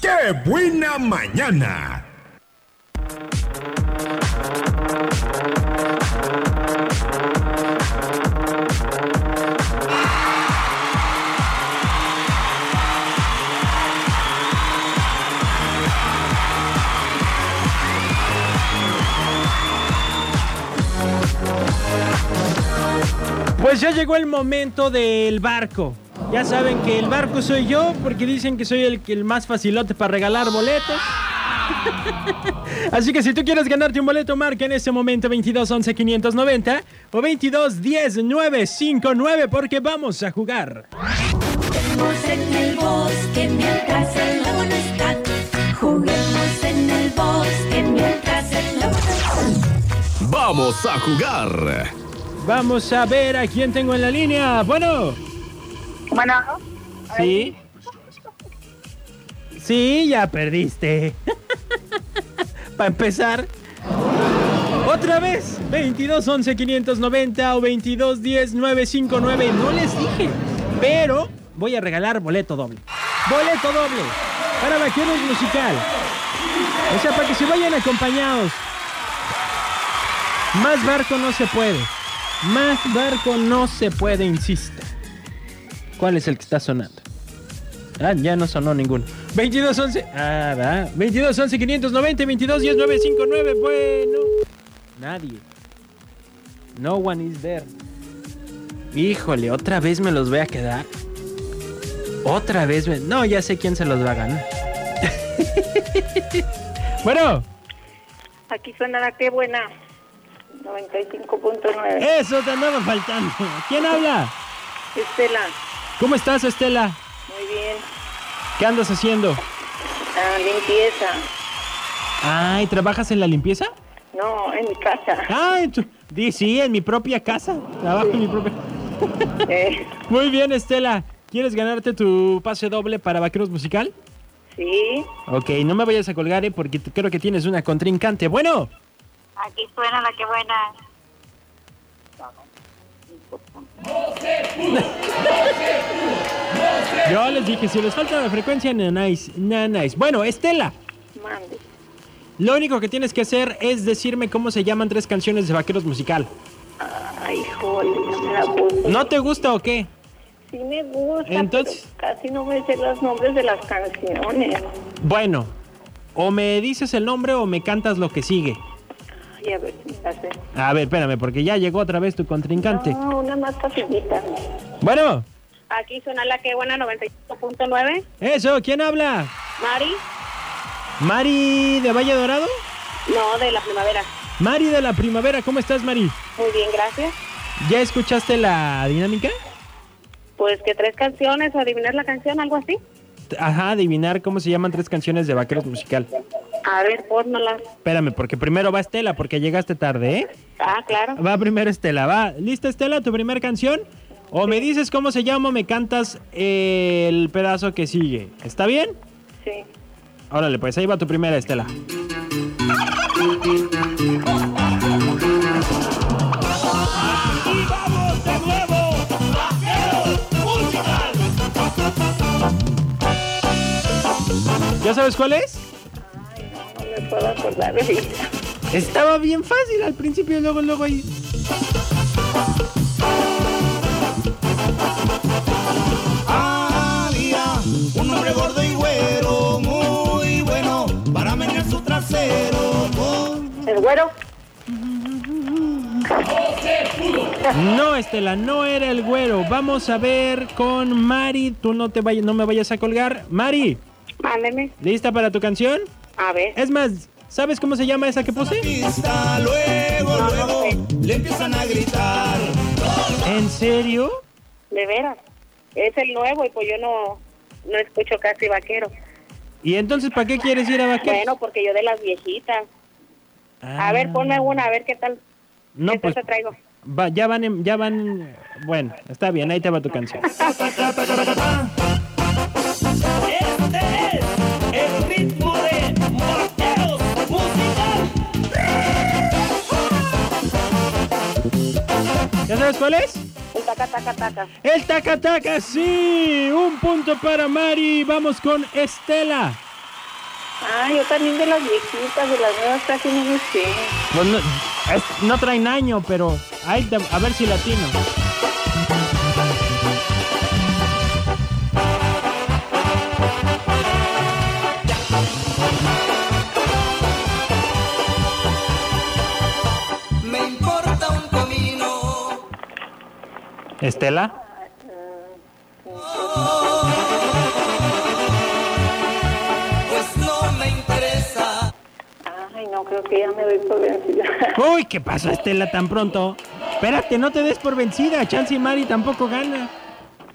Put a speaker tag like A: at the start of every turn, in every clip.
A: ¡Qué buena mañana!
B: Pues ya llegó el momento del barco. Ya saben que el barco soy yo porque dicen que soy el, que- el más facilote para regalar boletos. Así que si tú quieres ganarte un boleto, marca en este momento 22 11 590 o 22 10 959 porque vamos a jugar.
C: Juguemos en el bosque mientras el lobo no está. Juguemos en el bosque mientras el lobo no está.
D: Vamos a jugar.
B: Vamos a ver a quién tengo en la línea. Bueno,
E: Bueno,
B: sí. Sí, ya perdiste. Para empezar. Otra vez, 22 11 590 o 22 10 959. No les dije, pero voy a regalar boleto doble. Boleto doble para Vaqueros Musical. O sea, para que se vayan acompañados. Más barco no se puede. Más barco no se puede, insisto. ¿Cuál es el que está sonando? Ah, ya no sonó ninguno. 2211. Ah, va. 2211 590 22 10 959. Bueno. Nadie. No one is there. Híjole, otra vez me los voy a quedar. Otra vez me... No, ya sé quién se los va a ganar. bueno,
E: aquí sonará qué buena. 95.9.
B: eso te andaba faltando. ¿Quién habla?
E: Estela,
B: ¿Cómo estás, Estela?
E: muy bien.
B: ¿Qué andas haciendo?
E: Ah, limpieza.
B: Ay, ¿trabajas en la limpieza?
E: No, en mi casa.
B: Ah, en tu- di- sí, en mi propia casa. Trabajo en mi propia.
E: Eh,
B: Muy bien, Estela. ¿Quieres ganarte tu pase doble para Vaqueros Musical?
E: sí.
B: Ok, no me vayas a colgar, eh, porque t- creo que tienes una contrincante. Bueno,
E: Aquí suena la que buena.
B: yo les dije, si les falta la frecuencia, nanáis, nanáis. Bueno, Estela,
E: Mande.
B: lo único que tienes que hacer es decirme cómo se llaman tres canciones de Vaqueros Musical.
E: Ay, jole, no me la puse.
B: ¿No te gusta o qué?
E: Sí me gusta,
B: Entonces-
E: pero casi no me sé los nombres de las canciones.
B: Bueno, o me dices el nombre o me cantas lo que sigue.
E: Ay, a ver si me las sé.
B: A ver, espérame, porque ya llegó otra vez tu contrincante.
E: No, una más facilita.
B: Bueno,
E: Aquí suena la que buena 95.9.
B: eso, ¿quién habla?
E: Mari,
B: Mari de Valle Dorado.
E: no, de la primavera.
B: Mari de la Primavera, ¿cómo estás, Mari?
E: Muy bien, gracias.
B: ¿Ya escuchaste la dinámica?
E: Pues que tres canciones o adivinar la canción, algo así.
B: Ajá, adivinar cómo se llaman tres canciones de Vaqueros Musical.
E: A ver, pónmela.
B: Espérame, porque primero va Estela, porque llegaste tarde, ¿eh?
E: Ah, claro.
B: Va primero Estela, va. ¿Lista, Estela, tu primera canción? O me dices cómo se llama o me cantas eh, el pedazo que sigue. ¿Está bien?
E: Sí.
B: Órale, pues ahí va tu primera, Estela. ¿Ya sabes cuál es?
E: No me puedo acordar de ella.
B: Estaba bien fácil al principio, luego, luego ahí.
F: Había un hombre gordo y güero, muy bueno, para menear su trasero. Con...
E: ¿El güero?
B: No, Estela, no era el güero. Vamos a ver con Mari. Tú no te vayas, no me vayas a colgar. Mari,
E: Mándeme.
B: ¿lista para tu canción?
E: A ver.
B: Es más, ¿sabes cómo se llama esa que puse?
F: Pista, luego,
E: No, no
F: luego,
E: sé.
F: le empiezan a gritar.
B: ¿En serio?
E: De veras. Es el nuevo y pues yo no, no escucho casi vaquero.
B: ¿Y entonces para qué quieres ir a vaqueros?
E: Bueno, porque yo de las viejitas. A
B: Ah.
E: ver, ponme una, a ver qué tal.
B: No,
E: ¿Qué
B: pues
E: tal te traigo?
B: va- ya van, en- ya van. Bueno, está bien, ahí te va tu canción.
F: Este es el ritmo de Morteros Musical.
B: ¿Ya sabes cuál es?
E: Un taca, taca, taca.
B: El taca taca, sí. Un punto para Mari. Vamos con Estela.
E: Ah, yo también de las viejitas, de las nuevas casi no me sé.
B: Pues no, es- no traen año, pero ahí te- a ver si latino.
G: Me importa un comino.
B: Estela.
G: Pues no me interesa.
E: Ay, no, creo que ya me doy por vencida.
B: Uy, ¿qué pasó Estela tan pronto? Espérate, no te des por vencida. Chance y Mari tampoco gana.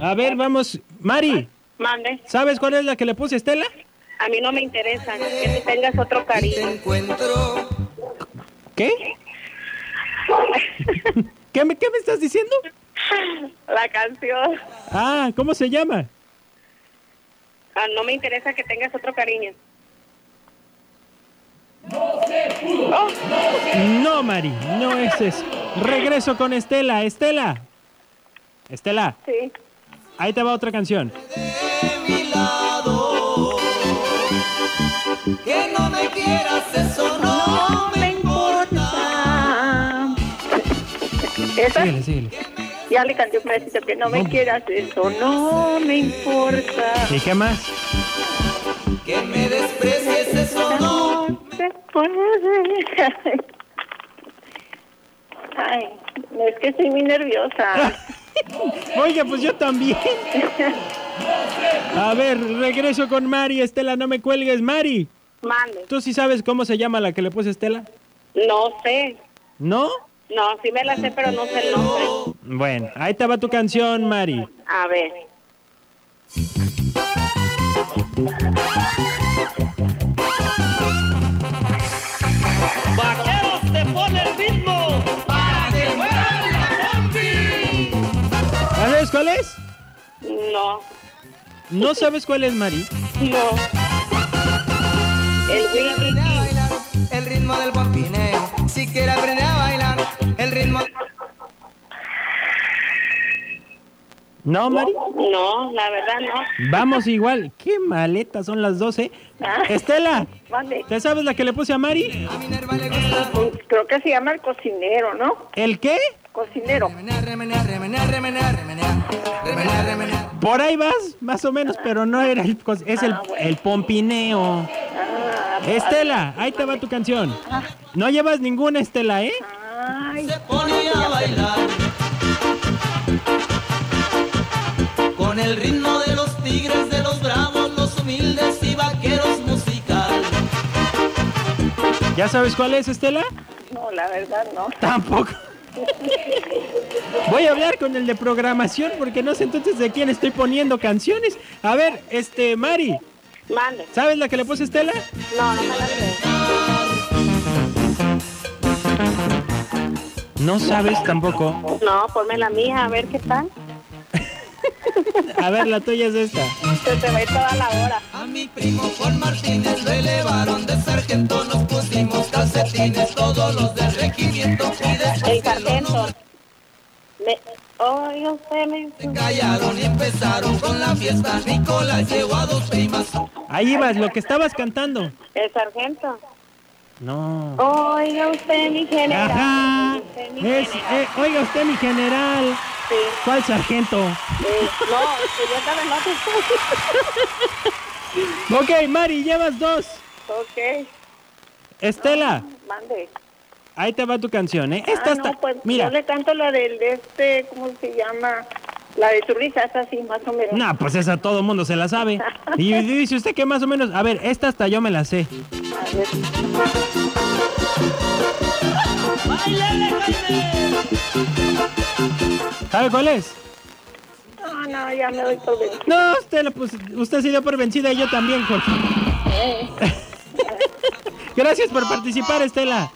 B: A ver, vamos. Mari,
E: Mande,
B: ¿sabes cuál es la que le puse a Estela?
E: a mí no me interesa que tú tengas otro
G: Y te
E: cariño.
G: encuentro.
B: ¿Qué? ¿Qué me, qué me estás diciendo?
E: La canción.
B: Ah, ¿cómo se llama?
E: Ah, no me interesa que tengas otro cariño.
B: No, Mari, no es eso. Regreso con Estela. Estela. Estela,
E: Sí.
B: ahí te va otra canción.
G: de mi lado. Que no me quieras, eso no me importa.
E: Esa
B: Síguele, síguele.
E: ya le canté un pedacito que no me
B: No.
E: quieras eso, no me importa.
B: ¿Y qué más?
G: Que me desprecies, eso no.
E: No se puede. Ay, es que estoy muy nerviosa.
B: Oiga, pues yo también. A ver, regreso con Mari. Estela, no me cuelgues. Mari,
E: Mande.
B: ¿tú sí sabes cómo se llama la que le puse a Estela?
E: No sé.
B: ¿No?
E: No, sí me la sé, pero no sé el nombre.
B: Bueno, ahí te va tu canción, Mari.
E: A ver.
B: ¿Sabes cuál es?
E: No,
B: ¿No sabes cuál es, Mari?
E: no. El
G: Aprende
E: Willy.
G: a bailar El ritmo del guapineo, si quiere aprender a bailar el ritmo.
B: No, Mari.
E: No, la verdad no.
B: Vamos igual. Qué maletas son las 12. Estela,
E: Mande.
B: ¿te sabes la que le puse a Mari?
G: A Minerva le gusta.
E: Creo que se llama el cocinero, ¿no?
B: ¿El qué?
E: Cocinero.
G: Remenear, remenear, remenear, remenear, remenear, remenear, remenear.
B: Por ahí vas, más o menos, pero no era el... cos- Es el, el pompineo.
E: Ah,
B: Estela, ahí te va tu canción. No llevas ninguna, Estela, ¿eh?
E: ay,
G: Se pone a bailar con el ritmo de los tigres, de los bravos, los humildes y vaqueros musical.
B: ¿Ya sabes cuál es, Estela?
E: no, la verdad no.
B: Tampoco. Voy a hablar con el de programación porque no sé entonces de quién estoy poniendo canciones. A ver, este, Mari,
E: Mande.
B: ¿sabes la que le puse a Estela?
E: No, no me la sé.
B: No sabes tampoco.
E: No, ponme la mía, a ver qué tal.
B: A ver, la tuya es esta.
E: Se te va a ir toda la hora.
G: A mi primo Juan Martínez lo elevaron de sargento, nos pusimos calcetines, todos los del regimiento y
E: El
G: después de los
E: sargento.
G: nombres
E: Me... Oh, yo sé, me...
G: se callaron y empezaron con la fiesta. Nicolás llevó a dos primas.
B: Ahí ibas, lo que estabas cantando.
E: El sargento.
B: No.
E: Oiga usted, mi general.
B: Ajá.
E: Oiga usted, mi
B: Es,
E: general.
B: eh, oiga usted, mi general.
E: Sí,
B: ¿Cuál sargento?
E: eh, no, que yo estaba en otro.
B: Ok, Mari, llevas dos.
E: ok,
B: Estela.
E: mande.
B: Ahí te va tu canción, ¿eh?
E: Ah,
B: Esta
E: no,
B: está.
E: pues
B: Mira.
E: yo le canto la del de este, ¿cómo se llama? La de tu risa, es así, más o menos.
B: Nah, pues esa todo mundo se la sabe. Y dice usted que más o menos. A ver, esta hasta yo me la sé.
E: A ver.
B: ¿Sabe cuál es?
E: No, no, ya me doy por vencida.
B: No, usted, la- pues, usted se dio por vencida y yo también, Jorge. Gracias por participar, Estela.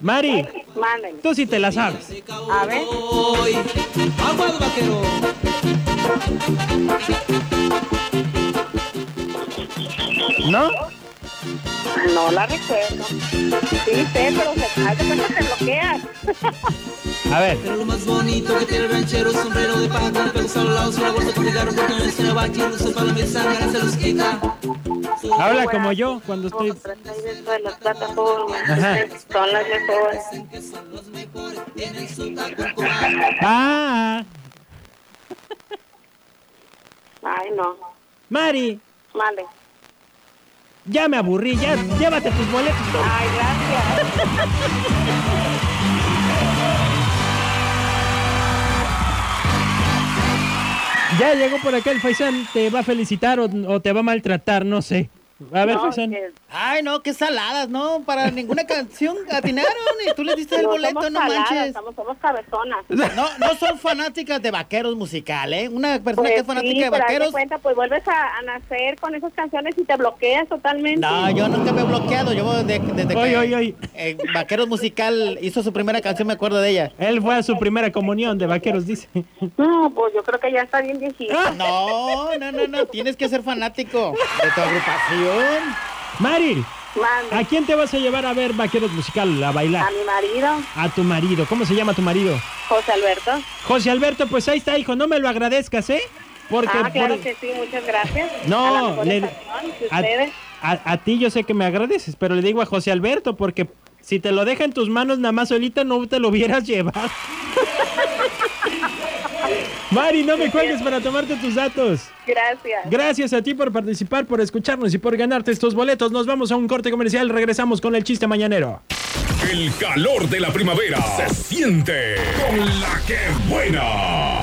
B: Mari,
E: Manden.
B: tú sí te la sabes.
E: A ver.
G: Hoy, aguas vaquero.
B: ¿No?
E: No la recuerdo. Sí, sé, pero se hace cuando te bloqueas.
B: A ver,
G: Pero lo más bonito que tiene el ranchero, sombrero de paja, con el pelo lados, una bolsa con cigarro, porque no es una vaca, y luce para la mesa, ganas se los quita. Su
B: Habla como yo cuando estoy.
E: Tratáis dentro de las plataformas.
B: Ajá.
E: Son las mejores.
B: ¡Ah!
E: Ay, no.
B: Mari,
E: Vale.
B: ya me aburrí, ya llévate tus boletos.
E: Ay, gracias.
B: Ya llegó por acá el Faisán, te va a felicitar o, o te va a maltratar, no sé. A ver,
E: No,
B: Faisán.
E: que
H: Ay, no, qué saladas, ¿no? Para ninguna canción atinaron y tú les diste el
E: no
H: boleto,
E: somos
H: no
E: saladas,
H: manches.
E: Somos, somos cabezonas.
H: No, no son fanáticas de vaqueros musical, ¿eh? Una persona que es fanática
E: Pues sí,
H: de
E: pero haz de
H: vaqueros.
E: cuenta, pues vuelves a, a nacer con esas canciones y te bloqueas totalmente.
H: No, Ah, yo nunca me he bloqueado. Yo de- desde
B: Oy,
H: que
B: oy, oy.
H: eh, Vaqueros Musical hizo su primera canción, me acuerdo de ella.
B: Él fue a su primera comunión de vaqueros, dice. Ah,
E: No, pues yo creo que ya está bien viejito.
H: Ah. No, no, no, no. Tienes que ser fanático de tu agrupación.
B: Mari,
E: Mande.
B: ¿a quién te vas a llevar a ver vaqueros musical, a
E: A
B: bailar?
E: mi marido,
B: A tu marido. ¿Cómo se llama tu marido?
E: José Alberto.
B: José Alberto, pues ahí está, hijo. No me lo agradezcas, ¿eh? Porque.
E: ah, claro
B: por-
E: que sí, muchas gracias. a la
B: No,
E: mejor
B: le-
E: estación que
B: a,
E: ustedes.
B: a- a ti yo sé que me agradeces, pero le digo a José Alberto, porque si te lo deja en tus manos nada más solita, no te lo hubieras llevado. Mari, no me cuelgues para tomarte tus datos.
E: Gracias.
B: Gracias a ti por participar, por escucharnos y por ganarte estos boletos. Nos vamos a un corte comercial, regresamos con el chiste mañanero.
A: El calor de la primavera se siente con la que buena.